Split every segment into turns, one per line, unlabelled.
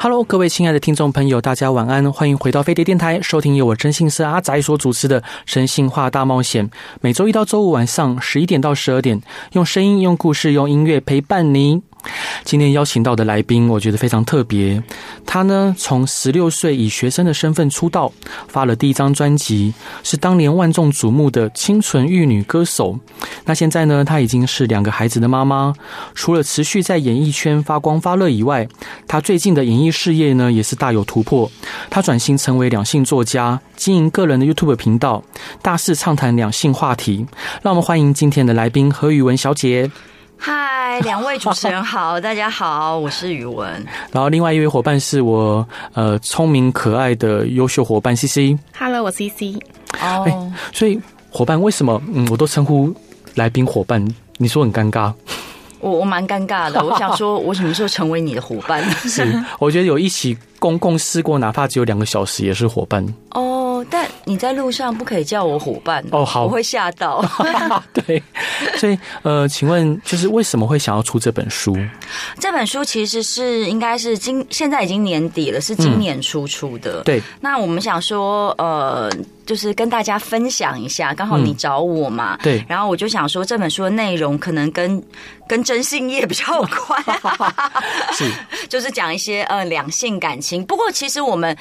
Hello，各位亲爱的听众朋友，大家晚安，欢迎回到飞碟电台，收听由我真心社阿宅所主持的《真心话大冒险》。每周一到周五晚上十一点到十二点，用声音、用故事、用音乐陪伴你。今天邀请到的来宾，我觉得非常特别。他呢，从十六岁以学生的身份出道，发了第一张专辑，是当年万众瞩目的清纯玉女歌手。那现在呢，她已经是两个孩子的妈妈。除了持续在演艺圈发光发热以外，她最近的演艺事业呢，也是大有突破。她转型成为两性作家，经营个人的 YouTube 频道，大肆畅谈两性话题。让我们欢迎今天的来宾何宇文小姐。
嗨，两位主持人好，大家好，我是宇文。
然后另外一位伙伴是我呃聪明可爱的优秀伙伴 C C，
Hello，我 C C。
哦、
所以伙伴为什么嗯我都称呼来宾伙伴？你说很尴尬，
我我蛮尴尬的，我想说，我什么时候成为你的伙伴？
哎 是我觉得有一起共共事过，哪怕只有两个小时也是伙伴。
哦，但你在路上不可以叫我伙伴
哦好
我会吓 到。
对，所以呃，请问就是为什么会想要出这本书？
这本书其实是应该是今现在已经年底了，是今年初出的。
嗯对，
那我们想说，呃，就是跟大家分享一下，刚好你找我嘛，
嗯 对
然后我就想说，这本书的内容可能跟跟真性业比较有关，
是
就是讲一些呃两性感情。不过其实我们。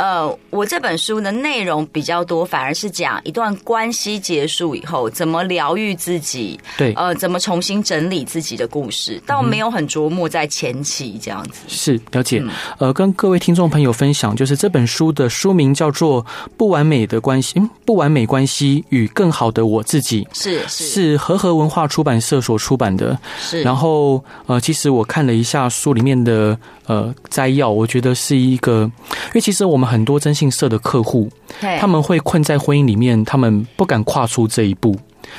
呃，我这本书的内容比较多，反而是讲一段关系结束以后怎么疗愈自己，
对，嗯
呃，怎么重新整理自己的故事，倒没有很琢磨在前期这样子。
是了解，
嗯
呃，跟各位听众朋友分享，就是这本书的书名叫做《不完美的关系》，嗯，不完美关系与更好的我自己，
是是
是和和文化出版社所出版的。
是，
然后呃，其实我看了一下书里面的呃摘要，我觉得是一个，因为其实我们很多征信社的客户，
嘿
他们会困在婚姻里面，他们不敢跨出这一步。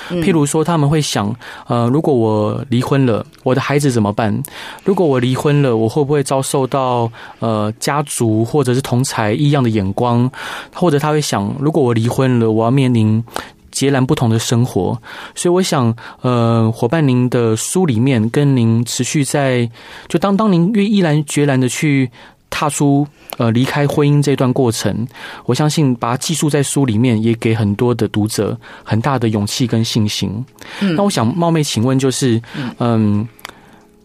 嗯
譬如说，他们会想，呃，如果我离婚了，我的孩子怎么办？如果我离婚了，我会不会遭受到呃家族或者是同才异样的眼光？或者他会想，如果我离婚了，我要面临截然不同的生活。所以我想，呃，伙伴，您的书里面跟您持续在，就当当您越毅然决然的去踏出呃离开婚姻这段过程，我相信把它寄宿在书里面，也给很多的读者很大的勇气跟信心。
嗯
那我想冒昧请问，就是嗯。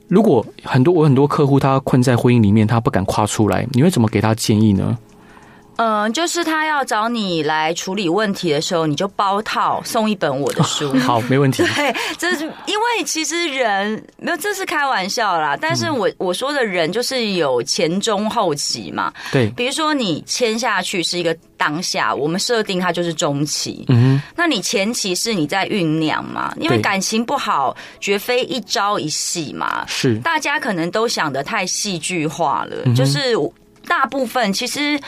如果很多我很多客户他困在婚姻里面，他不敢跨出来，你会怎么给他建议呢？
嗯、就是他要找你来处理问题的时候，你就包套送一本我的书。
好，没问题。
对，这是因为其实人没有，这是开玩笑啦。但
嗯
是我我说的人就是有前中后期嘛。
对，
比如说你签下去是一个当下，我们设定它就是中期。
嗯哼，
那你前期是你在酝酿嘛？因为
对
感情不好，绝非一朝一夕嘛。
是
大家可能都想得太戏剧化
嗯
了，就是大部分其实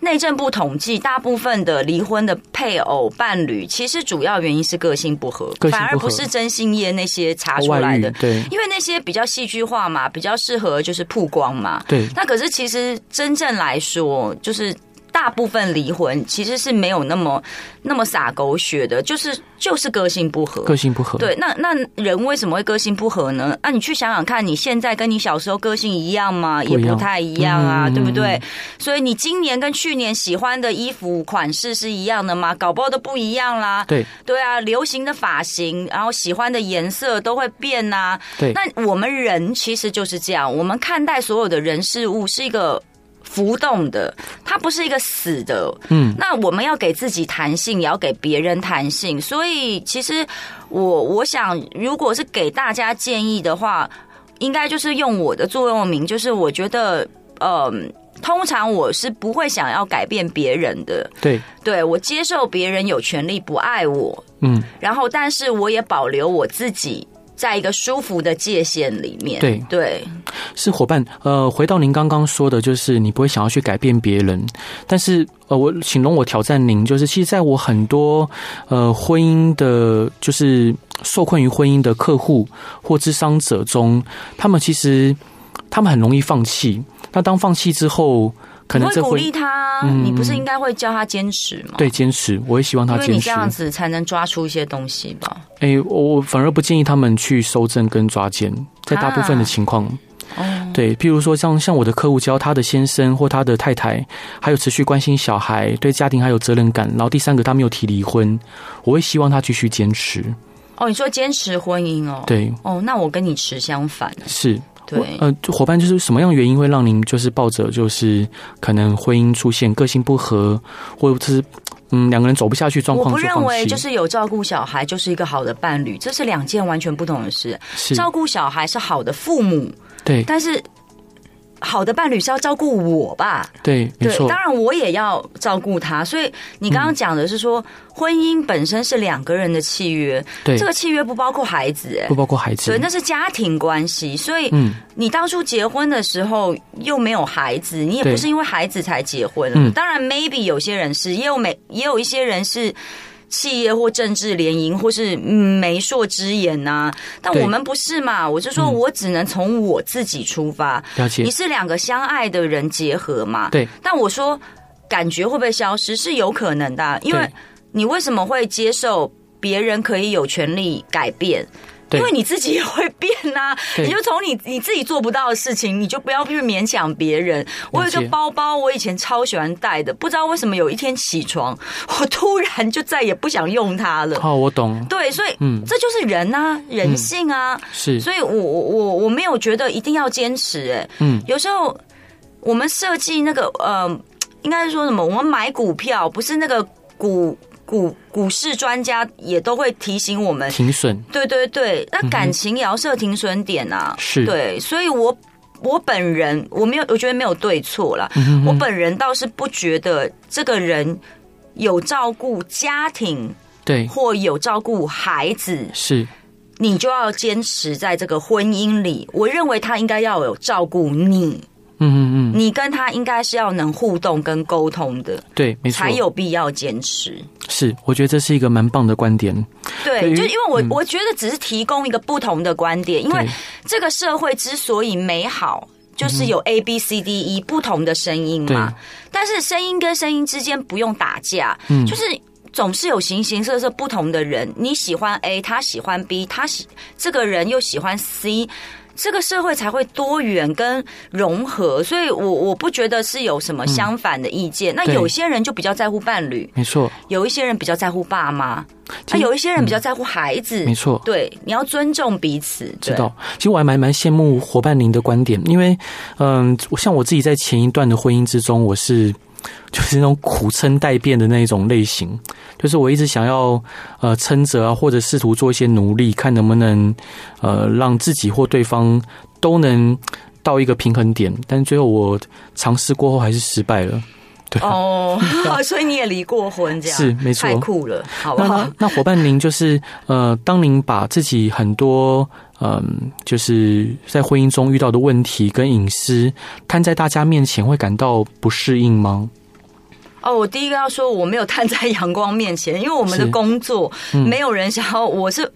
内政部统计，大部分的离婚的配偶伴侣，其实主要原因是个性不合，
个性不合
反而不是真心业那些查出
外
来
遇
的，
对
因为那些比较戏剧化嘛，比较适合就是曝光嘛。
对，
那可是其实真正来说，就是大部分离婚其实是没有那么那么洒狗血的，就是就是个性不合，
个性不合。
对，那那人为什么会个性不合呢？啊，你去想想看，你现在跟你小时候个性一样吗？
不一样
也不太一样啊，
嗯
对不对？所以你今年跟去年喜欢的衣服款式是一样的吗？搞不好都不一样啦。
对
对啊，流行的发型，然后喜欢的颜色都会变啊呐、
对，
那我们人其实就是这样，我们看待所有的人事物是一个浮动的，它不是一个死的。
嗯，
那我们要给自己弹性，也要给别人弹性。所以，其实我我想，如果是给大家建议的话，应该就是用我的座右铭，就是我觉得，嗯。通常我是不会想要改变别人的，
对，
对我接受别人有权利不爱我，
嗯，
然后但是我也保留我自己在一个舒服的界限里面。
对
对，
是伙伴，呃，回到您刚刚说的，就是你不会想要去改变别人，但是呃，我请容我挑战您，就是其实在我很多呃婚姻的，就是受困于婚姻的客户或智商者中，他们其实他们很容易放弃，那当放弃之后，可
你
能
会
这
鼓
会嗯
励他，你不是应该会教他坚持吗？，
对坚持，我也希望他
因为
坚
你这
持。
样子才能抓出一些东西吧。
哎、我我反而不建议他们去收证跟抓奸，在大部
啊
分的情况。
哦，
对，譬如说像像我的客户，只要他的先生或他的太太，还有持续关心小孩，对家庭还有责任感，然后第三个他没有提离婚，我会希望他继续坚持。
哦，你说坚持婚姻哦？，
对，
哦，那我跟你持相反。
是，
对，
呃，就伙伴就是什么样的原因会让您就是抱着就是可能婚姻出现个性不合，或者是嗯两个人走不下去状
我
况
不
就
认
放
为
弃？
就是有照顾小孩就是一个好的伴侣，这是两件完全不同的事。
是
照顾小孩是好的父母，
对
但是好的伴侣是要照顾我吧？
对，没
对，
错
当，然我也要照顾他。所以你刚刚讲的是说，婚姻本身是两个人的契约，
对
这，个契约不包括孩子、哎
不包括孩子
对，，那是家庭关系。所以
嗯，
你当初结婚的时候又没有孩子，你也
对
不是因为孩子才结婚
嗯
当然，maybe 有些人是，也有没也有一些人是。企业或政治联姻，或是嗯媒妁之言呐、但
对嗯
我们不是嘛？我就说我只能从我自己出发。
了解
你，是两个相爱的人结合嘛？
对。
但我说感觉会不会消失是有可能的啊、因为
对
你为什么会接受别人可以有权利改变？
对
因为你自己也会变呐、
对
你就从你你自己做不到的事情，你就不要去勉强别人。我有一个
了解
包包，我以前超喜欢戴的，不知道为什么有一天起床，我突然就再也不想用它了。
哦，我懂，
对，所以
嗯
这就是人啊，人性啊。
是，
所以我我我我没有觉得一定要坚持、哎，
嗯，
有时候我们设计那个呃，应该是说什么？我们买股票不是那个股股股市专家也都会提醒我们，
停损
对对对，那感情也要设停损点啊，
是，
对，所以我。我本人我没有，我觉得没有对错啦。
嗯哼哼
我本人倒是不觉得这个人有照顾家庭
对
或有照顾孩子
是，
你就要坚持在这个婚姻里。我认为他应该要有照顾你，
嗯嗯嗯，
你跟他应该是要能互动跟沟通的，
对，没错
才，有必要坚持。
是，我觉得这是一个蛮棒的观点，对
对，
于
就因为我、
嗯
我觉得只是提供一个不同的观点，因为
对嗯
这个社会之所以美好。就是有 A B C D E 不同的声音嘛，但是声音跟声音之间不用打架，
嗯
就是总是有形形色色不同的人，你喜欢 A，他喜欢 B，他喜这个人又喜欢 C，这个社会才会多元跟融合。所以我我不觉得是有什么相反的意见。那
嗯对
有些人就比较在乎伴侣，
没错，
有一些人比较在乎爸妈，
其
啊，
实
有一些人比较在乎孩子，
嗯没错。
对，你要尊重彼此，
知
对，
道，其实我还蛮蛮羡慕伙伴您的观点，因为，嗯，我像我自己在前一段的婚姻之中，我是就是那种苦撑待变的那一种类型，就是我一直想要呃撑着啊，或者试图做一些努力，看能不能呃让自己或对方都能到一个平衡点，但最后我尝试过后还是失败了。对啊、
哦， 所以你也离过婚，这样
是没错
太酷了，好不
那
好
那？那伙伴，您就是呃，当您把自己很多嗯、就是在婚姻中遇到的问题跟隐私摊在大家面前，会感到不适应吗？
哦，我第一个要说，我没有摊在阳光面前，因为我们的
是
工作、
嗯
没有人想要，我是，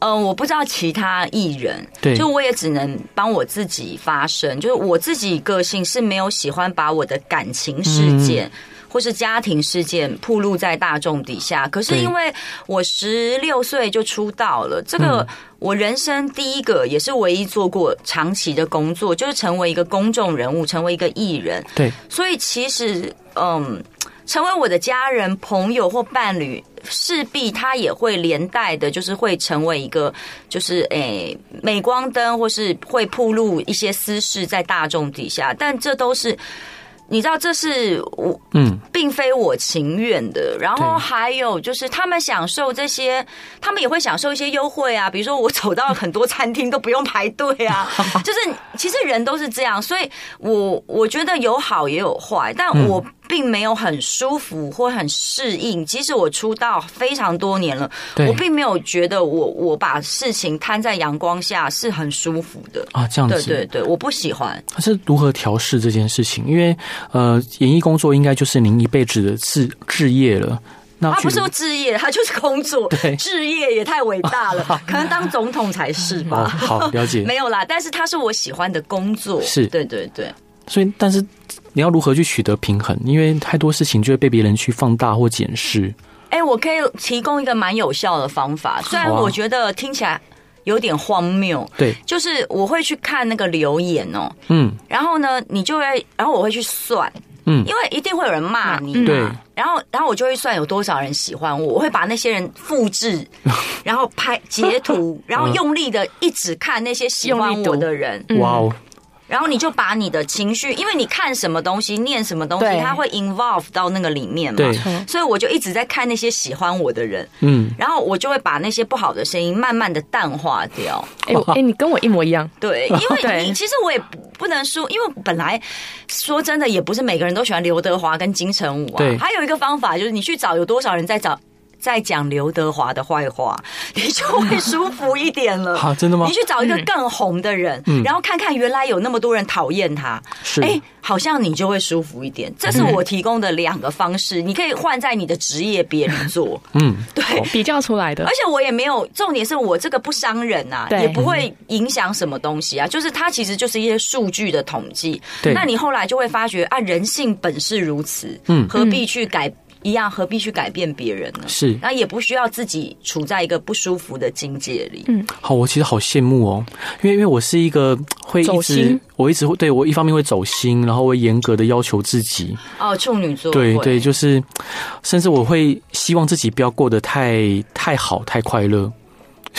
呃，我不知道其他艺人，
对
就我也只能帮我自己发声，就是我自己个性是没有喜欢把我的感情事件。
嗯
或是家庭事件暴露在大众底下，可是
对
因为我十六岁就出道了，这个
嗯
我人生第一个也是唯一做过长期的工作，就是成为一个公众人物，成为一个艺人。
对，
所以其实，嗯，成为我的家人、朋友或伴侣，势必他也会连带的，就是会成为一个，就是诶、镁光灯，或是会暴露一些私事在大众底下。但这都是，你知道，这是我
嗯，
并非我情愿的。然后
对
还有就是，他们享受这些，他们也会享受一些优惠啊，比如说我走到很多餐厅都不用排队 啊，
嗯
就是其实人都是这样，所以我我觉得有好也有坏，但我。并没有很舒服或很适应。即使我出道非常多年了，
对
我并没有觉得我我把事情摊在阳光下是很舒服的。
啊，这样
对
子，
对对，我不喜欢。
他是如何调试这件事情？因为呃，演艺工作应该就是您一辈子的置置业了。那去
他啊不是说置业，他就是工作
对。
置业也太伟 大了，可能当总统才是
哦，
吧。
好了解。
没有啦，但是他是我喜欢的工作。
是
对对对，
所以，但是你要如何去取得平衡？因为太多事情就会被别人去放大或检视。
哎、我可以提供一个蛮有效的方法，虽然
好啊
我觉得听起来有点荒谬，
对，
就是我会去看那个留言哦，
嗯
然后呢，你就会，然后我会去算，
嗯
因，为一定会有人骂你嘛，
对
然后然后我就会算有多少人喜欢我，我会把那些人复 制，然后拍截图，然后用力的一直看那些喜欢
用力读
我的人，
嗯
哇哦，
然后你就把你的情绪，因为你看什么东西，念什么东西，
对
它会 involve 到那个里面嘛，
对，
所以我就一直在看那些喜欢我的人。
嗯，
然后我就会把那些不好的声音慢慢的淡化掉。
哎、我哎、你跟我一模一样，
对，因为
对
你其实我也不不能说，因为本来说真的，也不是每个人都喜欢刘德华跟金城武啊
对。
还有一个方法就是，你去找有多少人在找。在讲刘德华的坏话，你就会舒服一点 了。
好真的吗嗯
你去找一个更红的人，然后看看原来有那么多人讨厌他，
是，嗯
哎，好像你就会舒服一点。这是我提供的两个方式，你可以换在你的职业别里 做。
嗯，
对，
比较出来的
而。且我也没有，重点是我这个不伤人啊，
对
也不会影响什么东西啊。就是它其实就是一些数据的统计。
对
那你后来就会发觉啊，人性本是如此，
嗯
何必去改一样，何必去改变别人呢？
是。
那也不需要自己处在一个不舒服的境界里。
好，我其实好羡慕哦，因为因为我是一个会一
走
直
心，
我一直会对我一方面会走心，然后会严格的要求自己，
哦，处女座
对
会
对，就是，甚至我会希望自己不要过得太太好、太快乐，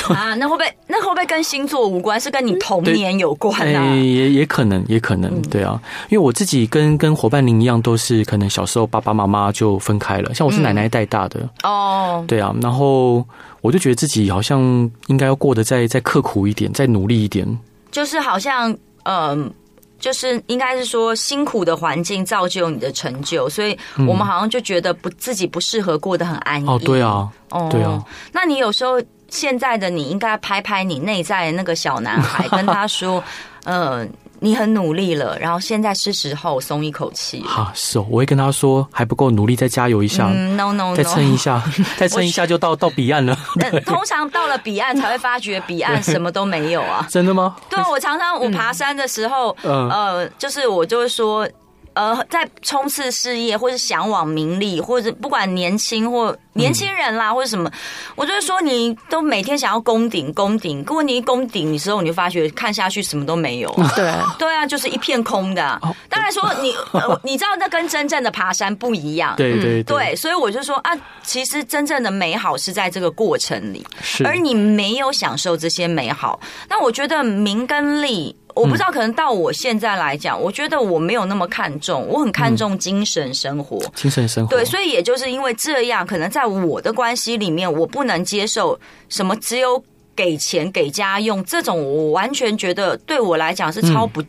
啊，那会不会那会不会跟星座无关？是跟你童
嗯对
年有关啊？
哎也也可能，也可能，对啊，因为我自己跟跟伙伴您一样，都是可能小时候爸爸妈妈就分开了，像我是奶奶带大的，
哦，
对啊，然后我就觉得自己好像应该要过得再再刻苦一点，再努力一点，
就是好像嗯。就是应该是说，辛苦的环境造就你的成就，所以我们好像就觉得不自己不适合过得很安逸。
哦，对，啊，
哦
对啊。
那你有时候现在的你应该拍拍你内在的那个小男孩，跟他说，呃，你很努力了，然后现在是时候松一口气了。
哈、是哦，我会跟他说还不够努力，再加油一下，
嗯，no no no，
再 撑一下，再撑一下就到到彼岸了。
那通常到了彼岸才会发觉彼岸什么都没有 啊。
真的吗？
对啊，我常常我爬山的时候，
嗯
呃，就是我就会说，呃，在冲刺事业或是向往名利，或者不管年轻
嗯
或年轻人啦，或者什么，我就是说，你都每天想要攻顶攻顶，可问题一攻顶的时候，你就发觉看下去什么都没有、 啊。
对，
对啊，就是一片空的啊、
哦
当然说你，呃你知道那跟真正的爬山不一样。
对对
嗯对，所以我就说啊，其实真正的美好是在这个过程里。
是
而你没有享受这些美好。那我觉得名跟利，我不知道，
嗯
可能到我现在来讲，我觉得我没有那么看重，我很看重精神生活。
精神生活。
对，所以也就是因为这样，可能在我的关系里面，我不能接受什么只有给钱给家用这种，我完全觉得对我来讲是
嗯
超不、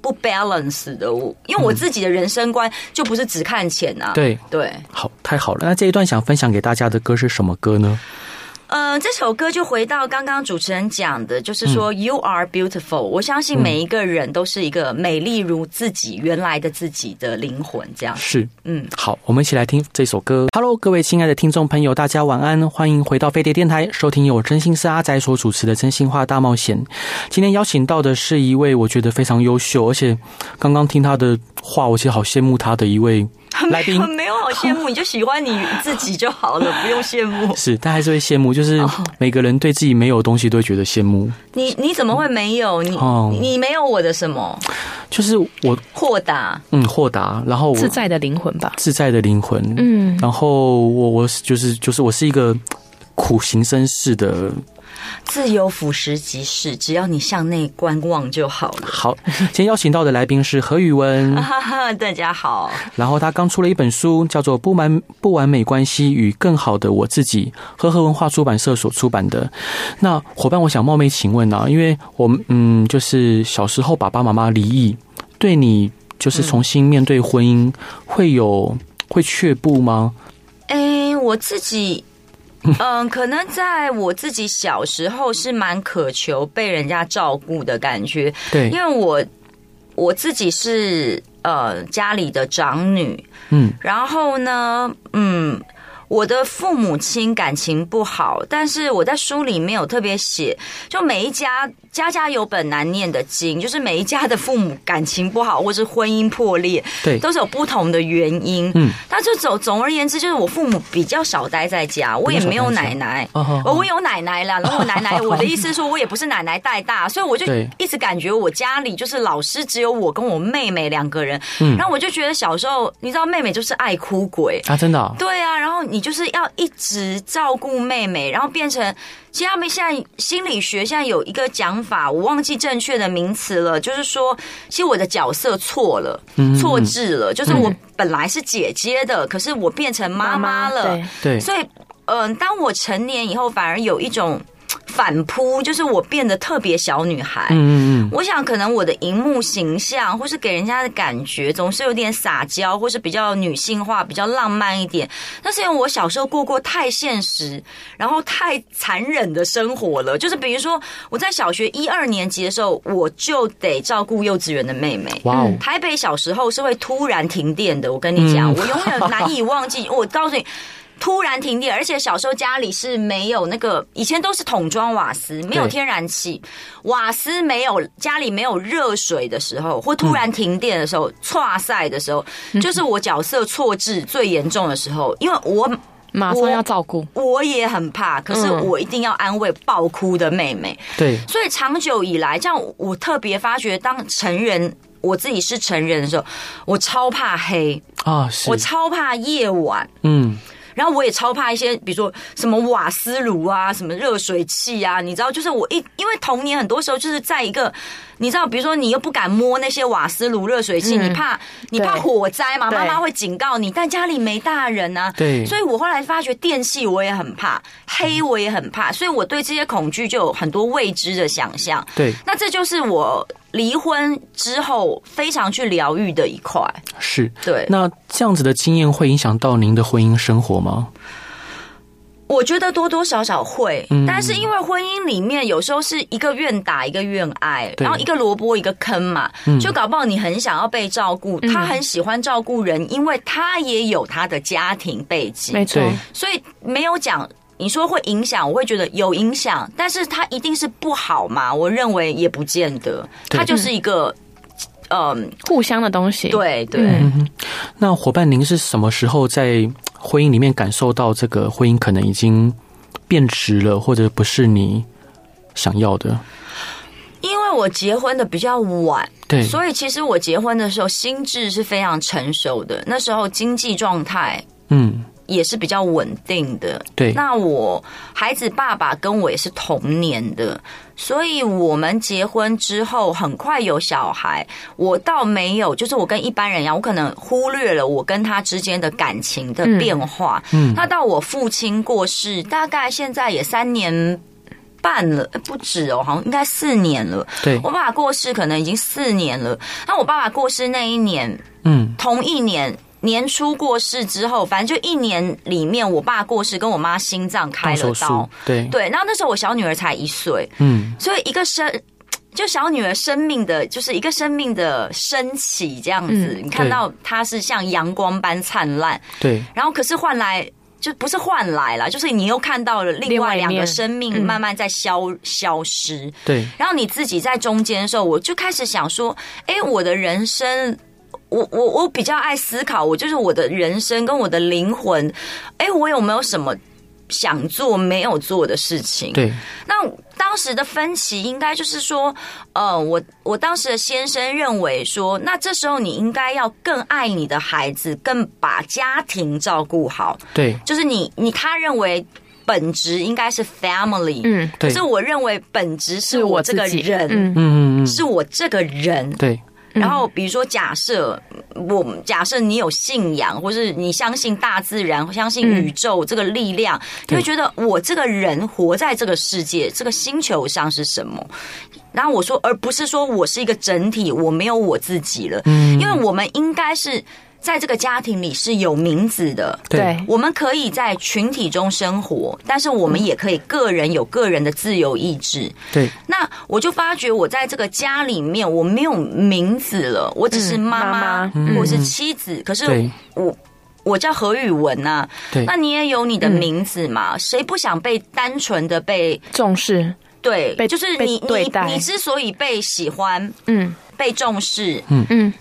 不 balance 的。我因为我自己的人生观就不是只看钱啊。
对，
对，
好，太好了。那这一段想分享给大家的歌是什么歌呢？
嗯，这首歌就回到刚刚主持人讲的，就是说、You are beautiful。我相信每一个人都是一个美丽如自己原来的自己的灵魂，这样。
是，
嗯，
好，我们一起来听这首歌。Hello，各位亲爱的听众朋友，大家晚安，欢迎回到飞碟电台，收听由我真心是阿仔所主持的《真心话大冒险》。今天邀请到的是一位我觉得非常优秀，而且刚刚听他的话，我其实好羡慕他的一位来宾。
没有好羡慕，你就喜欢你自己就好了，不用 羡慕。
是，但还是会羡慕，
哦
就是每个人对自己没有的东西都会觉得羡慕。
你你怎么会没有？你、
哦
你没有我的什么
就是我，
豁达？
嗯，豁达，然后我
自在的灵魂吧。
自在的灵魂，
嗯，
然后我我是就是就是我是一个苦行僧式的，
自由腐蚀即是，只要你向内观望就好了。
好，今天邀请到的来宾是何宇文，
哈哈，大家好，
然后他刚出了一本书，叫做《不完不完美关系与更好的我自己》，和和文化出版社所出版的。那伙伴，我想冒昧请问啊，因为我们嗯，就是小时候爸爸妈妈离异，对你就是重新面对婚姻，会有会却步吗？
哎，我自己，嗯，可能在我自己小时候是蛮渴求被人家照顾的感觉，
对
因，为我我自己是呃家里的长女，
嗯，
然后呢，嗯，我的父母亲感情不好，但是我在书里没有特别写，就每一家家家有本难念的经，就是每一家的父母感情不好，或是婚姻破裂，
对，
都是有不同的原因。
嗯，
但就总总而言之，就是我父母比较少待在家，我也没有奶奶。
哦哦
哦，我有奶奶啦，然后我奶奶，我的意思是说，我也不是奶奶带大，所以我 就
对
一直感觉我家里就是老师只有我跟我妹妹两个人，
嗯
然后我就觉得小时候，你知道妹妹就是爱哭鬼，
啊，真的啊、
对啊，然后你就是要一直照顾妹妹，然后变成，其实他们现在心理学现在有一个讲法，我忘记正确的名词了，就是说，其实我的角色错了，
嗯
错置了，就是我
嗯
本来是姐姐的，可是我变成妈妈了，
对
对，
所以，嗯、当我成年以后，反而有一种嘖反扑，就是我变得特别小女孩。
嗯嗯嗯，
我想，可能我的荧幕形象，或是给人家的感觉，总是有点撒娇，或是比较女性化、比较浪漫一点。那是因为我小时候过过太现实，然后太残忍的生活了。就是比如说，我在小学一二年级的时候，我就得照顾幼稚园的妹妹。
哇哦，
台北小时候是会突然停电的，我跟你讲，
嗯
我永远难以忘 记。我告诉你。突然停电，而且小时候家里是没有那个，以前都是桶装瓦斯，没有
对
天然气，瓦斯没有，家里没有热水的时候，或突然停电的时候，岔赛的时候，
嗯
就是我角色错置最严重的时候，因为我
马上要照顾，
我也很怕，可是
嗯
我一定要安慰爆哭的妹妹，
对，
所以长久以来，这样我特别发觉，当成人我自己是成人的时候，我超怕黑，
啊，是
我，超怕夜晚，
嗯，
然后我也超怕一些，比如说什么瓦斯炉啊，什么热水器啊，你知道，就是我一因为童年很多时候就是在一个，你知道，比如说你又不敢摸那些瓦斯炉、热水器，你
嗯
怕你怕
对
火灾嘛，
对
妈妈会警告你，但家里没大人啊，
对，
所以我后来发觉电器我也很怕，黑我也很怕，所以我对这些恐惧就有很多未知的想象。
对，
那这就是我离婚之后非常去疗愈的一块。
是。
对，
那这样子的经验会影响到您的婚姻生活吗？
我觉得多多少少会，
嗯
但是因为婚姻里面有时候是一个愿打一个愿挨，
对嗯
然后一个萝卜一个坑嘛，就搞不好你很想要被照顾，他很喜欢照顾人，因为他也有他的家庭背景，
没错，
对
所以没有讲。你说会影响，我会觉得有影响，但是它一定是不好嘛？我认为也不见得，
对
它就是一个，嗯，
互相的东西，，
对对，
嗯
那伙伴，您是什么时候在婚姻里面感受到这个婚姻可能已经变质了，或者不是你想要的？
因为我结婚的比较晚，
对，
所以其实我结婚的时候心智是非常成熟的，那时候经济状态
嗯，
也是比较稳定的。
对，
那我孩子爸爸跟我也是同年的，所以我们结婚之后很快有小孩，我倒没有，就是我跟一般人一样，我可能忽略了我跟他之间的感情的变化。
嗯
那到我父亲过世，大概现在也三年半了，呃不止哦，好像应该四年了。
对
我，爸爸过世可能已经四年了。那我爸爸过世那一年，
嗯，
同一年年初过世之后，反正就一年里面，我爸过世跟我妈心脏开
动
了
手
刀
术。，对，
对，然后那时候我小女儿才一岁，
嗯，
所以一个生。就小女儿生命的，就是一个生命的升起这样子，
嗯
你看到她是像阳光般灿烂，
对，
然后可是换来就不是换来啦，就是你又看到了另
另
外
外一
两个
面
生命
嗯
慢慢在消、消失。
对，
然后你自己在中间的时候，我就开始想说，哎，我的人生。我我我比较爱思考，我就是我的人生跟我的灵魂，哎，我有没有什么想做没有做的事情？
对，
那当时的分歧应该就是说，呃，我我当时的先生认为说，那这时候你应该要更爱你的孩子，更把家庭照顾好，
对，
就是你你他认为本质应该是 family，
嗯，
可
对，
是我认为本质是我这个
自己
人，
嗯，
嗯嗯嗯，
是我这个人。
对，
然后比如说假设我假设你有信仰，或是你相信大自然，相信宇宙这个力量，你会觉得我这个人活在这个世界、这个星球上是什么？然后我说，而不是说我是一个整体，我没有我自己了，
嗯
因为我们应该是。在这个家庭里是有名字的，
对
我们可以在群体中生活，但是我们也可以个人有个人的自由意志。
对，
那我就发觉，我在这个家里面，我没有名字了，我只是妈妈，
嗯妈妈
我是妻子。可是
对
我我叫何宇文呐、
对
那你也有你的名字
嗯
嘛？谁不想被单纯的被
重视，
对？
被
就是
被
你
对
你
待
你之所以被喜欢、
嗯
被重视，
嗯，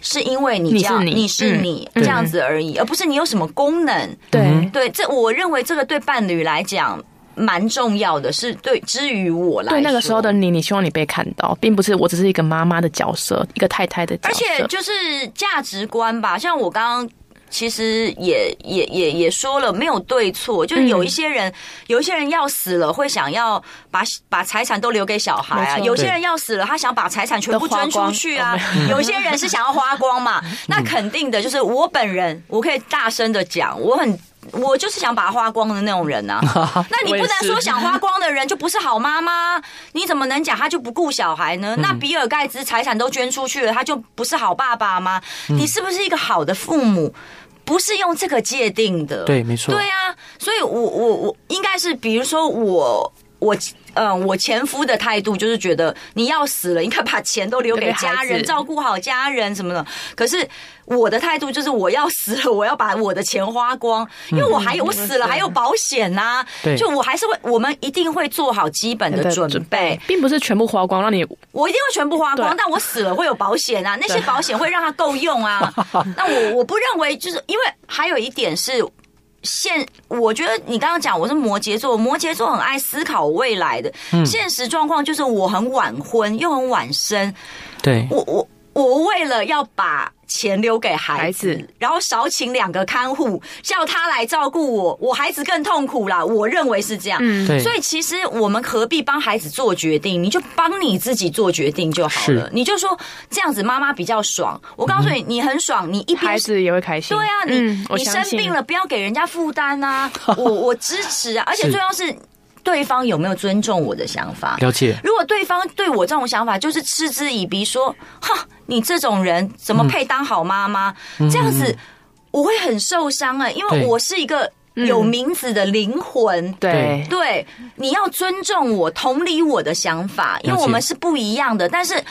是因为你
你
这样
是你
你是
嗯
你
对
这样子而已，而不是你有什么功能。
对，
对，这我认为这个对伴侣来讲蛮重要的，是对之于我来
对那个
说
时候的你，你希望你被看到，并不是我只是一个妈妈的角色，一个太太的角
而
色，
且就是价值观吧，像我刚刚。其实也也也也说了，没有对错，就是有一些人，有一些人要死了，会想要把把财产都留给小孩啊；
没错
有些人要死了，他想把财产全部
都花
捐出
光
去啊； 有嗯些人是想要花光 嘛。那肯定的，就是我本人，我可以大声的讲，我很我就是想把它花光的那种人 呐、啊。那你不
我也
能
是
说想花光的人就不是好妈妈，你怎么能讲他就不顾小孩
嗯
呢？那比尔盖茨财产都捐出去了，他就不是好爸爸吗？
嗯
你是不是一个好的父母？不是用这个界定的，
对，没错，
对啊，所以我我我应该是，比如说我我嗯，我前夫的态度就是觉得你要死了，应该把钱都留给家
留给孩
人，
子
照顾好家人什么的。可是我的态度就是我要死了，我要把我的钱花光，因为我还有
嗯
我死了还有保险呐、
对
就我还是会，我们一定会做好基本的准备。
并不是全部花光，让你
我一定会全部花光，
对
但我死了会有保险啊，那些保险会让它够用啊。那我我不认为，就是因为还有一点是。现我觉得你刚刚讲我是摩羯座，摩羯座很爱思考未来的。现实状况就是我很晚婚又很晚生，
对，
我我我为了要把钱留给孩子，
孩子
然后少请两个看护，叫他来照顾我，我孩子更痛苦啦。我认为是这样，
嗯
对，
所以其实我们何必帮孩子做决定？你就帮你自己做决定就好了
是。
你就说这样子妈妈比较爽。我告诉你，你很爽，你一边
孩子也会开心。
对啊，你、
嗯我
你生
相信
病了，不要给人家负担啊。我我支 持啊，而且
是
最重要是对方有没有尊重我的想法。
了解，
如果对方对我这种想法就是嗤之以鼻说，哈，你这种人怎么配当好妈妈？这样子我会很受伤哎、因为
嗯对嗯
我是一个有名字的灵魂。
对
对，你要尊重我，同理我的想法，因
了
为
解
我们是不一样的，但是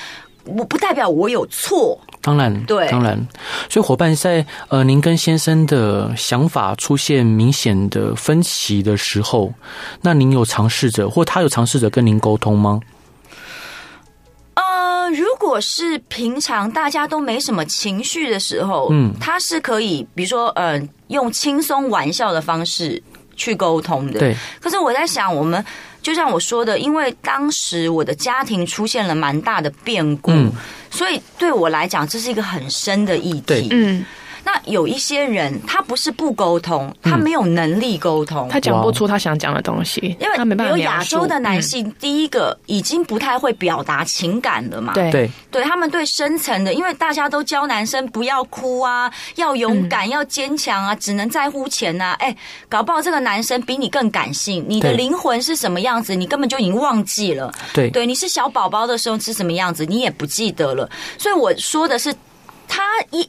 我不代表我有错。
当然，
对
当然。所以伙伴在呃，您跟先生的想法出现明显的分歧的时候，那您有尝试着，或他有尝试着跟您沟通吗？
呃，如果是平常大家都没什么情绪的时候，
嗯
他是可以，比如说，呃，用轻松玩笑的方式去沟通的。
对，
可是我在想，我们就像我说的，因为当时我的家庭出现了蛮大的变故，
嗯
所以对我来讲，这是一个很深的议
对
题。
嗯，
那有一些人，他不是不沟通，他没有能力沟通。
他讲不出他想讲的东西，
因为
他没办
比
法
如
描
亚
述
洲的男
嗯
性，第一个已经不太会表达情感了嘛。
对
对，
对他们对深层的，因为大家都教男生不要哭啊，要勇敢，要坚强啊，只能在乎钱呐、啊。哎，搞不好这个男生比你更感性，你的
对
灵魂是什么样子，你根本就已经忘记了。
对，
对，你是小宝宝的时候是什么样子，你也不记得了。所以我说的是，他一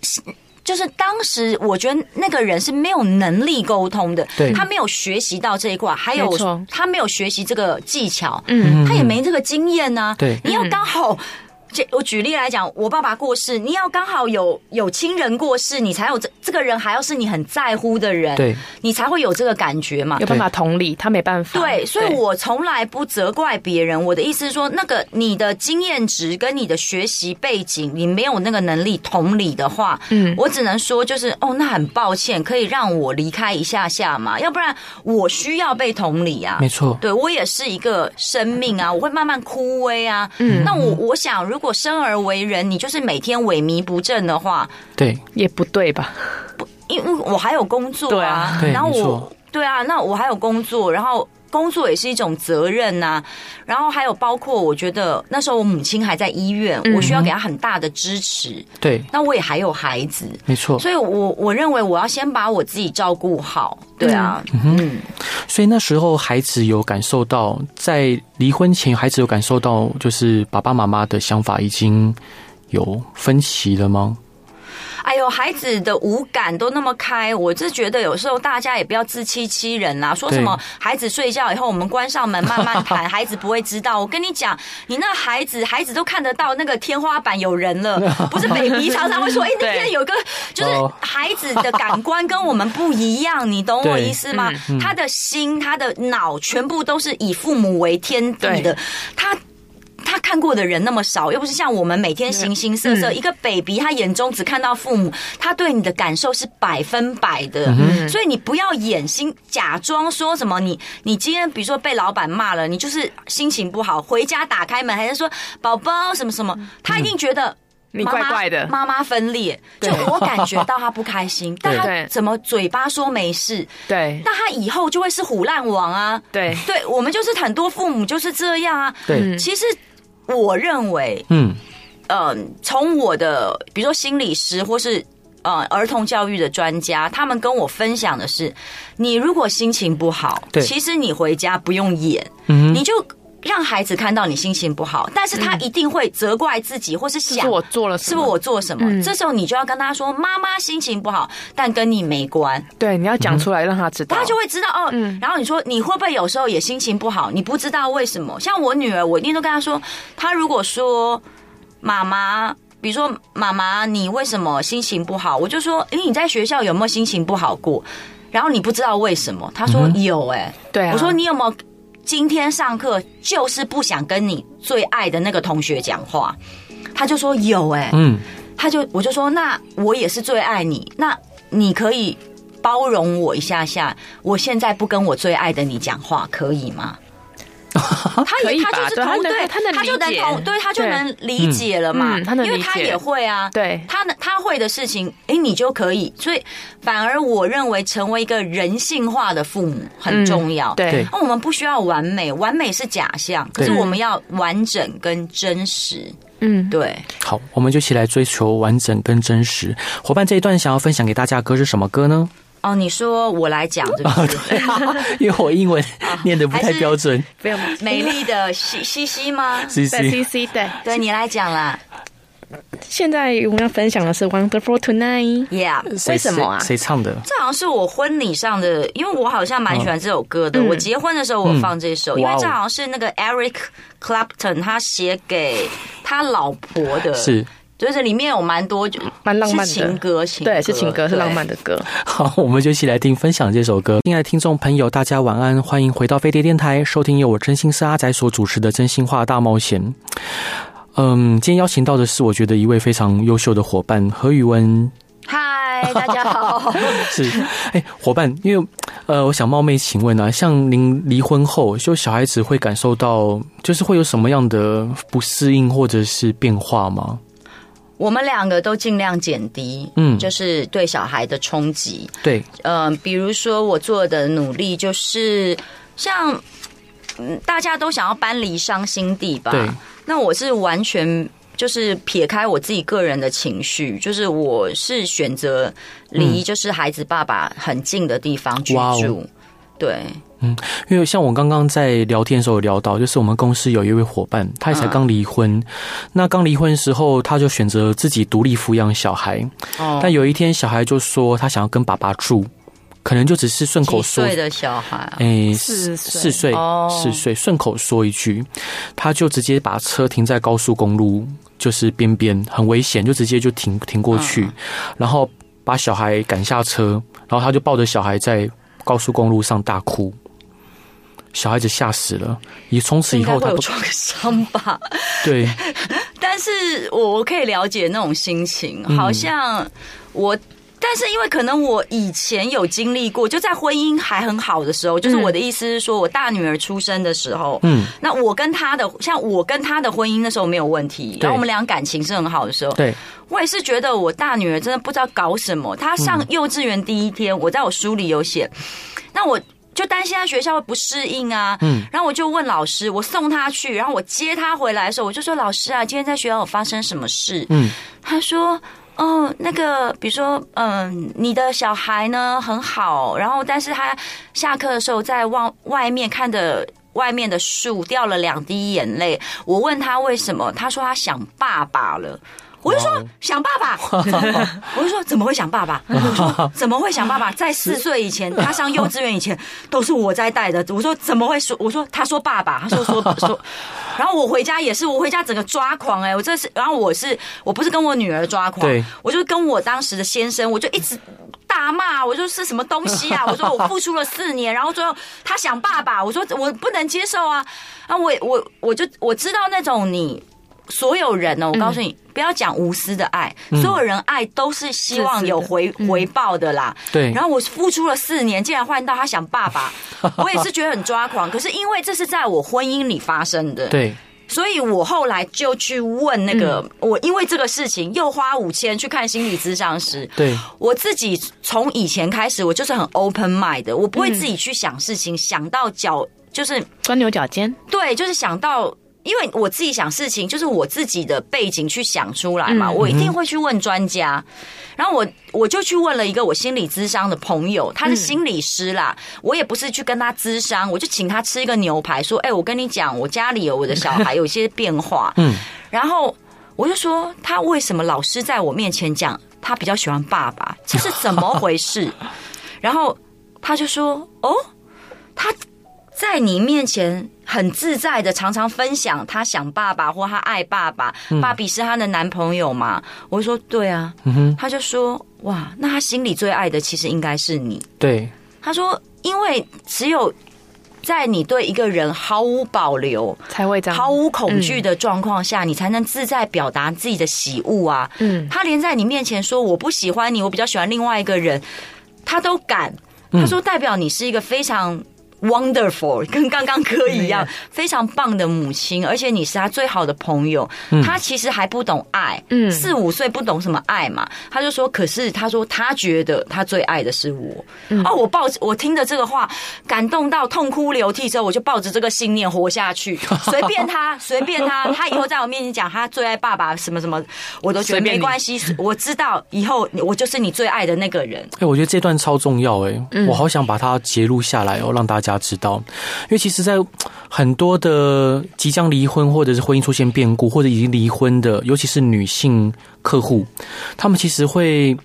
就是当时我觉得那个人是没有能力沟通的，
对
他没有学习到这一块，还有
没错
他没有学习这个技巧，
嗯
他也没这个经验啊呢、
对
你要刚好。这我举例来讲，我爸爸过世，你要刚好有有亲人过世，你才有这这个人还要是你很在乎的人，
对，
你才会有这个感觉
啊
嘛。
有办法同理，他没办法。
对，所以我从来不责怪别人。我的意思是说，那个你的经验值跟你的学习背景，你没有那个能力同理的话，
嗯
我只能说就是哦，那很抱歉，可以让我离开一下下嘛，要不然我需要被同理啊
没。错，
对我也是一个生命啊，我会慢慢枯萎啊。嗯，那我我想，如果生而为人，你就是每天萎靡不振的话，
对，
也不对吧？
因为我还有工作
对
啊
啊，
对
然后
没
我
错
对啊，那我还有工作，然后工作也是一种责任呐、然后还有包括，我觉得那时候我母亲还在医院，我需要给她很大的支持。
对，
那我也还有孩子，
没错。
所以我我认为我要先把我自己照顾好。对啊，嗯
所以那时候孩子有感受到，在离婚前，孩子有感受到，就是爸爸妈妈的想法已经有分歧了吗？
哎呦，孩子的五感都那么开，我是觉得有时候大家也不要自欺欺人啦、说什么
对
孩子睡觉以后我们关上门慢慢谈，孩子不会知道。我跟你讲，你那孩子孩子都看得到那个天花板有人了，不是 baby 常常会说，哎、那边
对
有个，就是
哦
孩子的感官跟我们不一样，你懂我
对
意思吗？他的心、他的脑全部都是以父母为天地的
对，
他。他看过的人那么少，又不是像我们每天形形色色。
嗯
一个 baby，他眼中只看到父母，他对你的感受是百分百的。
嗯
所以你不要演心，假装说什么你你今天比如说被老板骂了，你就是心情不好，回家打开门还是说宝宝什么什么，他一定觉得。
嗯你
妈妈
怪怪的
妈妈分裂，就
对
我感觉到他不开心，但他
对
怎么嘴巴说没事，
对
那他以后就会是虎烂王啊！
对，
对我们就是很多父母就是这样啊。
对，
嗯
其实我认为，
嗯，
嗯，从我的比如说心理师或是呃儿童教育的专家，他们跟我分享的是，你如果心情不好，
对
其实你回家不用演，
嗯
你就让孩子看到你心情不好，但是他一定会责怪自己，或是
是不嗯是
想。
我做了什
是不是
么
我做什么？
嗯
这时候你就要跟他说：“妈妈心情不好，但跟你没关。”
对，你要讲出来让他知道，
他就会知道哦。
嗯
然后你说你会不会有时候也心情不好？你不知道为什么？像我女儿，我一定都跟她说，她如果说妈妈。比如说，妈妈，你为什么心情不好？我就说，因为你在学校有没有心情不好过？然后你不知道为什么？她说有、欸，
嗯对啊，
我说你有没有今天上课就是不想跟你最爱的那个同学讲话？她就说有、欸，
嗯，
他就我就说，那我也是最爱你，那你可以包容我一下下，我现在不跟我最爱的你讲话，可以吗？他
可
也
以吧
他就是
对他
同
能
对，
他能
就能
理解
同对，他就
对
能理解了嘛，
嗯他能
因为
理
他
解
也会啊，
对
他能他会的事情，哎，你就可以，所以反而我认为成为一个人性化的父母很
嗯
重要，
对
对
那我们不需要完美，完美是假象，可是
对
我们要完整跟真实，
嗯，
对。
好，我们就一起来追求完整跟真实。伙伴这一段想要分享给大家的歌是什么歌呢？
哦，你说我来讲对不对？
因为我英文念的不太标准，
不用
美丽的西西西吗？
C
在
C，
CC 对。
对你来讲啦
现在我们要分享的是 Wonderful Tonight，
，Yeah，
为什么啊
谁唱的？
这好像是我婚礼上的，因为我好像蛮喜欢这首歌的。
嗯
我结婚的时候我放这首，
嗯
因为
哇哦
这好像是那个 Eric Clapton 他写给他老婆
呃
的，
是
就是里面有蛮多就
蛮浪漫的
是情歌，情歌
对，是情歌，是浪漫
的。
的歌。
好，我们就一起来听分享这首歌。亲爱的听众朋友，大家晚安，欢迎回到飞碟电台，收听由我真心是阿仔所主持的《真心话大冒险》。嗯，今天邀请到的是我觉得一位非常优秀的伙伴何宇文，
嗨，大家 好，
是 哎伙伴，因为呃，我想冒昧请问啊，像您离婚后，就小孩子会感受到，就是会有什么样的不适应或者是变化吗？
我们两个都尽量减低，
嗯
就是对小孩的冲击。
对，
嗯，比如说我做的努力就是像，嗯，大家都想要搬离伤心地吧？
对
那我是完全就是撇开我自己个人的情绪，就是我是选择离就是孩子爸爸很近的地方居
嗯哇哦
住。对，
因为像我刚刚在聊天的时候有聊到，就是我们公司有一位伙伴，他
嗯
也才刚离婚。那刚离婚的时候，他就选择自己独立抚养小孩。
哦
但有一天，小孩就说他想要跟爸爸住，可能就只是顺口
几
说。哎
岁的小孩啊、
诶，
四岁
四岁
哦，
四岁，顺口说一句，他就直接把车停在高速公路，就是边边，很危险，就直接就停停过
嗯
去，然后把小孩赶下车，然后他就抱着小孩在高速公路上大哭，小孩子吓死了，以从此以
应该
后
会
他
有
不
创伤吧？
对，
但是我我可以了解那种心情，好像我。但是因为可能我以前有经历过，就在婚姻还很好的时候，就是我的意思是说，我大女儿出生的时候，
嗯，
那我跟她的像我跟她的婚姻那时候没有问题，然后我们俩感情是很好的时候，
对，
我也是觉得我大女儿真的不知道搞什么。她上幼稚园第一天，我在我书里有写，那我就担心在学校会不适应啊。
嗯
然后我就问老师，我送他去，然后我接他回来的时候，我就说老师啊，今天在学校有发生什么事？
嗯
他说。哦，那个，比如说，嗯，你的小孩呢很好，然后但是他下课的时候在外外面看的外面的树掉了两滴眼泪。我问他为什么，他说他想爸爸了。我就
哇
说
哦
想爸 爸，我就说怎么会想爸爸？我说怎么会想爸爸？在四岁以前，他上幼稚园 以前都是我在带的。我说怎么会说？我说他说爸爸，他 说说说。然后我回家也是，我回家整个抓狂哎、我这是，然后我是我不是跟我女儿抓狂
对，
我就跟我当时的先生，我就一直。大骂我说是什么东西 啊！我说我付出了四年，然后最后他想爸爸，我说我不能接受啊！啊，我我我就我知道那种你所有人哦
嗯
呢，我告诉你，不要讲无私的爱，所有人爱都是希望有回回报的啦。
嗯对，
然后我付出了四年，竟然换到他想 爸爸，我也是觉得很抓狂。可是因为这是在我婚姻里发生的，
对
所以我后来就去问那个，
嗯
我因为这个事情又花五千去看心理咨商师。
对
我自己从以前开始，我就是很 open mind 的，我不会自己去想事情，想到脚就是
钻牛角尖，
对，就是想到，因为我自己想事情，就是我自己的背景去想出来嘛，
嗯
我一定会去问专家。然后我我就去问了一个我心理咨商的朋友，他
嗯
是心理师啦，我也不是去跟他咨商，我就请他吃一个牛排，说：“哎、我跟你讲，我家里有我的小 孩有一些变化。”
嗯，
然后我就说他为什么老是在我面前讲他比较喜欢爸爸，这是怎么回 事？然后他就说：“哦，他在你面前很自在的，常常分享他想爸爸或他爱爸爸，爸比是他的男朋友嘛。”我就说：“对啊。”他就说：“哇，那他心里最爱的其实应该是你。”
对
他说：“因为只有在你对一个人毫无保留、
才会这样。
毫无恐惧的状况下，你才能自在表达自己的喜恶啊。
嗯，
他连在你面前说我不喜欢你，我比较喜欢另外一个人，他都敢。
嗯
他说代表你是一个非常 wonderful，跟刚刚哥一样
对
非常棒的母亲，而且你是他最好的朋友。他其实还不懂爱，
嗯
四五岁不懂什么爱嘛。他就说，可是他说他觉得他最爱的是我。
嗯
哦，我抱着我听着这个话感动到痛哭流涕之后，我就抱着这个信念活下 去，随便他，随便他，他以后在我面前讲他最爱爸爸什么什么，我都觉
随
得
便
没
你
关系。其实我知道以后我就是你最爱的那个人。
哎、我觉得这段超重要哎、
嗯
我好想把它截录下来哦，让大家知道。因为其实，在很多的即将离婚或者是婚姻出现变故，或者已经离婚的，尤其是女性客户，他们其实会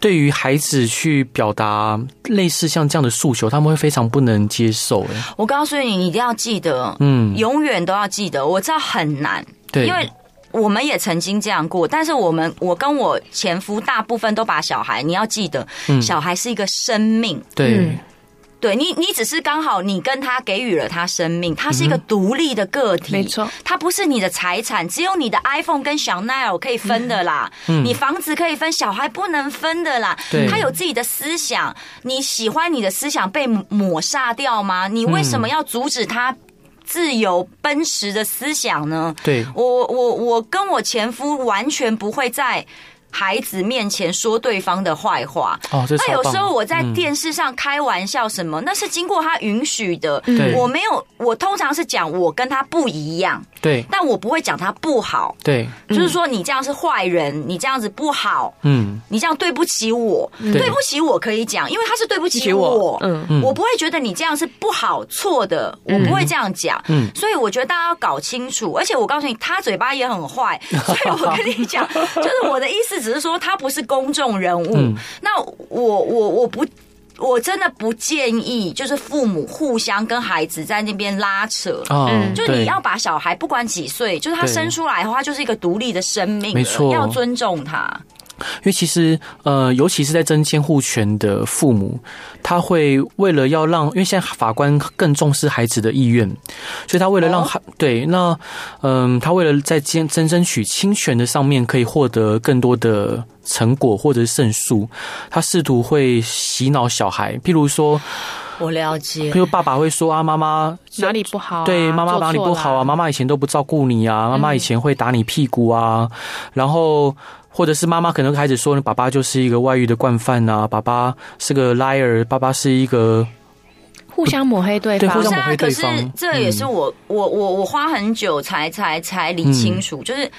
对于孩子去表达类似像这样的诉求，他们会非常不能接受哎、
我告诉你，你一定要记得，
嗯，
永远都要记得。我知道很难，
对，
因为我们也曾经这样过，但是我们我跟我前夫大部分都把小孩，你要记得，小孩是一个生命。
对、
嗯
对你，你只是刚好你跟他给予了他生命，他是一个独立的个体，
嗯没错，
他不是你的财产，只有你的 iPhone 跟小奈尔可以分的啦，
嗯
你房子可以分，小孩不能分的啦
对，
他有自己的思想，你喜欢你的思想被抹杀掉吗？你为
嗯
什么要阻止他自由奔驰的思想呢？
对，
我我我跟我前夫完全不会在孩子面前说对方的坏话。
哦，这
那
超
有
棒
时候我在
嗯
电视上开玩笑什么，那是经过他允许的。
对
我没有，我通常是讲我跟他不一样，
对
但我不会讲他不好。
对，
就是说，你这样是坏人，你这样子不好，
嗯，
你这样对不起我，
对
对不起我可以讲，因为他是对不起我
我，嗯，
嗯
我不会觉得你这样是不好错的，我不会这样讲。
嗯
所以我觉得大家要搞清楚，而且我告诉你，他嘴巴也 很坏，所以我跟你讲，就是我的意思只是说他不是公众人物。
嗯
那我我我不。我真的不建议，就是父母互相跟孩子在那边拉扯，
啊、
嗯
就
对
你要把小孩不管几岁，就是他
对
生出来的话，就是一个独立的生命了，
没错
要尊重他。
因为其实呃，尤其是在争监护权的父母，他会为了要让，因为现在法官更重视孩子的意愿，所以他为了让孩、对那嗯、他为了在争争争取侵权的上面可以获得更多的成果或者是胜诉，他试图会洗脑小孩，譬如说，
我了解
譬，如爸爸会说啊，妈妈
哪里不好啊？
对，妈妈
做错
哪里不好
了
啊？？妈妈以前都不照顾你啊，妈妈以前会打你屁股啊，然后。或者是妈妈可能开始说，爸爸就是一个外遇的惯犯啊，爸爸是个 liar，爸爸是一个
互相抹黑对
对
方，
互
不
相
是
抹
啊，
黑对
可是
方嗯
这也是我、我我我花很久才才才理
嗯
清楚，就是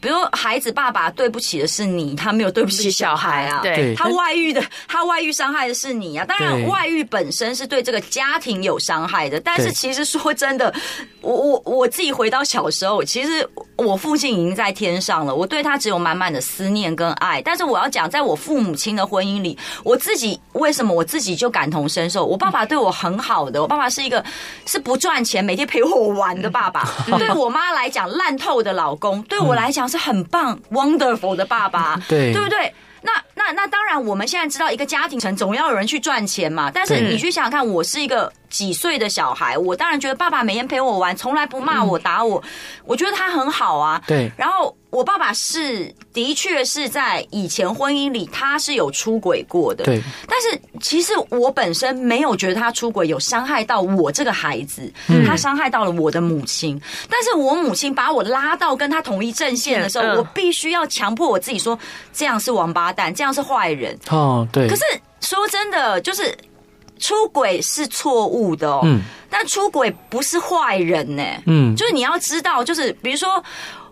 比如孩子爸爸对不起的是你，他没有对不起小孩啊。
对
对
他外遇的，他外遇伤害的是你啊！当
对
然，外遇本身是对这个家庭有伤害的。但
对
是其实说真的，我我我自己回到小时候，其实我父亲已经在天上了，我对他只有满满的思念跟爱。但是我要讲，在我父母亲的婚姻里，我自己为什么我自己就感同身受？我爸爸对我很好的，我爸爸是一个是不赚钱，每天陪我玩的 爸爸。对我妈来讲，烂透的老公；对我来讲，是很棒、wonderful 的爸爸。
对
对不对？那那那当然，我们现在知道一个家庭层总要有人去赚钱嘛。但是
对
你去想想看，我是一个几岁的小孩，我当然觉得爸爸每天陪我玩，从来不骂我、打
嗯
我，我觉得他很好啊。
对
然后我爸爸是的确是在以前婚姻里他是有出轨过的，
对
但是其实我本身没有觉得他出轨有伤害到我这个孩子，他伤害到了我的母亲。但是我母亲把我拉到跟他同一阵线的时候，
嗯
我必须要强迫我自己说，这样是王八蛋，这样是坏人。
哦对，
可是说真的，就是出轨是错误的哦，
嗯
但出轨不是坏人呢、
嗯
就是你要知道，就是比如说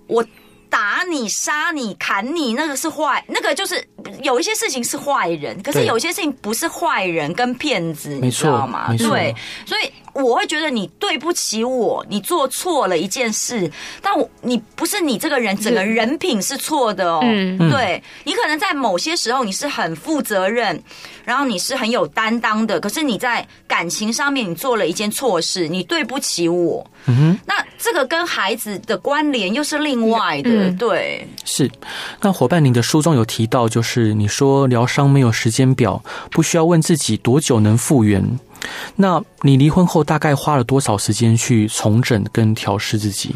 我打你、杀你、砍你，那个是坏，那个就是有一些事情是坏人，可是
对
有一些事情不是坏人跟骗子，
没
你
错
知道吗？
没错
对，所以。我会觉得你对不起我，你做错了一件事，但我你不是你这个人，整个人品是错的哦。
嗯
对你可能在某些时候你是很负责任，然后你是很有担当的，可是你在感情上面你做了一件错事，你对不起我。
嗯哼
那这个跟孩子的关联又是另外的，
嗯
对，
是。那伙伴，你的书中有提到，就是你说疗伤没有时间表，不需要问自己多久能复原。那你离婚后大概花了多少时间去重整跟调试自己？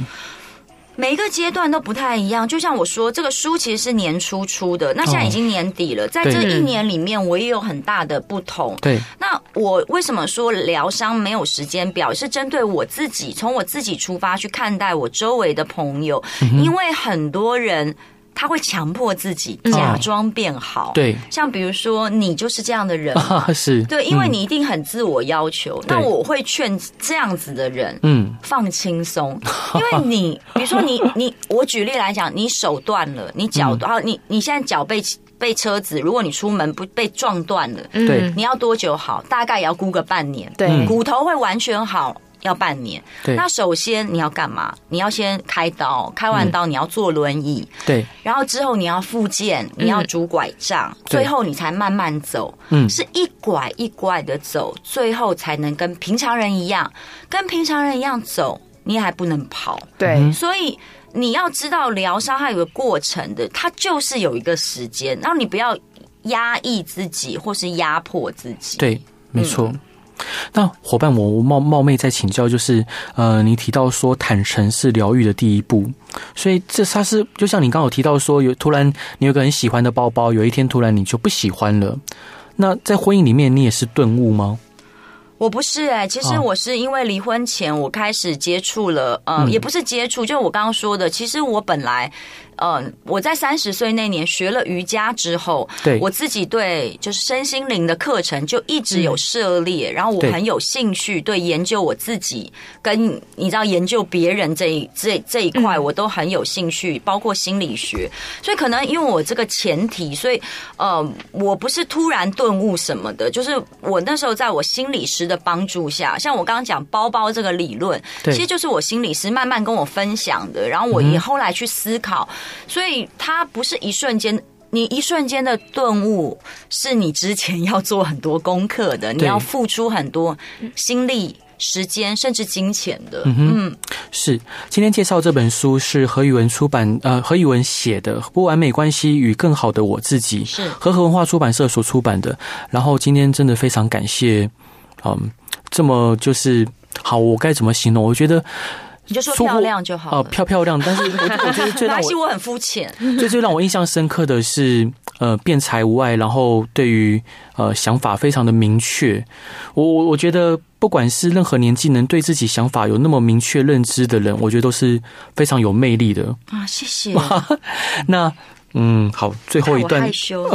每一个阶段都不太一样。就像我说，这个书其实是年初出的，那现在已经年底了，在这
哦对
一年里面，我也有很大的不同。
对，
那我为什么说疗伤没有时间表？是针对我自己，从我自己出发去看待我周围的朋友，
嗯
因为很多人他会强迫自己假装变好。
嗯对，
像比如说，你就是这样的人嘛，
啊、是，
对，因为
嗯
你一定很自我要求。那
对
我会劝这样子的人。
嗯
放轻松，因为你，比如说 你，你，我举例来讲，你手断了，你脚，
嗯
然后你，你现在脚被被车子，如果你出门不被撞断了，
嗯
对
你要多久好？大概也要估个半年，
对
嗯
骨头会完全好要半年。
对
那首先你要干嘛？你要先开刀，开
嗯
完刀你要坐轮椅，
对
然后之后你要复健，你要拄拐杖，
对
最后你才慢慢走。
嗯
是一拐一拐的走，最后才能跟平常人一样，跟平常人一样走，你还不能跑。
嗯
对，
所以你要知道疗伤它有个过程的，它就是有一个时间，然后你不要压抑自己或是压迫自己。
对，没错。
嗯
那伙伴，我冒冒昧再请教，就是呃，你提到说坦诚是疗愈的第一步，所以这它是就像你刚刚有提到说，有突然你有个很喜欢的包包，有一天突然你就不喜欢了。那在婚姻里面，你也是顿悟吗？
我不是哎、其实
哦
我是因为离婚前我开始接触了，呃，
嗯
也不是接触，就是我刚刚说的，其实我本来，呃，我在三十岁那年学了瑜伽之后，
对
我自己对就是身心灵的课程就一直有涉猎，然后我
嗯对
很有兴趣对研究我自己跟你知道研究别人这一这这一
嗯
块我都很有兴趣，包括心理学，所以可能因为我这个前提，所以呃，我不是突然顿悟什么的，就是我那时候在我心理师的帮助下，像我刚刚讲包包这个理论，
对
其实就是我心理师慢慢跟我分享的，然后我也后来去思考，所以它不是一瞬间。你一瞬间的顿悟，是你之前要做很多功课的，你
对
要付出很多心力、时间，甚至金钱的。
嗯是，今天介绍这本书是何宇文出版，呃，何宇文写的《不完美关系与更好的我自己》，
是
和和文化出版社所出版的。然后今天真的非常感谢，嗯，这么就是好，我该怎么形容？我觉得
你就说
出乎
漂亮就好
哦，
了。
漂漂亮。但是我我觉得最
没
让
关系，
我
我很肤浅。
最最让我印象深刻的是，呃，辩才无碍，然后对于呃想法非常的明确。我我我觉得，不管是任何年纪，能对自己想法有那么明确认知的人，我觉得都是非常有魅力的。
啊，谢谢。
那嗯，好，最后一
我
段
害羞，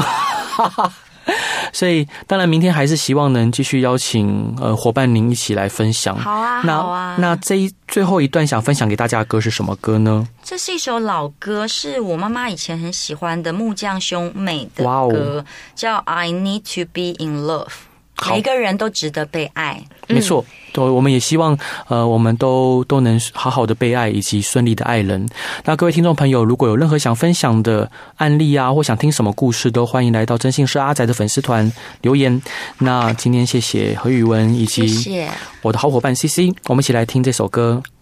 所以当然明天还是希望能继续邀请呃伙伴您一起来分享。
好啊，
那
好啊。
那这一最后一段想分享给大家的歌是什么歌呢？
这是一首老歌，是我妈妈以前很喜欢的木匠兄妹的
哇
歌
哦，
叫《I Need to Be in Love》。
好
每一个人都值得被爱。
没错，对，我们也希望，呃，我们都都能好好的被爱，以及顺利的爱人。那各位听众朋友，如果有任何想分享的案例啊，或想听什么故事，都欢迎来到真心是阿仔的粉丝团留言。那今天谢谢何宇文以
谢
及
谢。
我的好伙伴 C C，我们一起来听这首歌。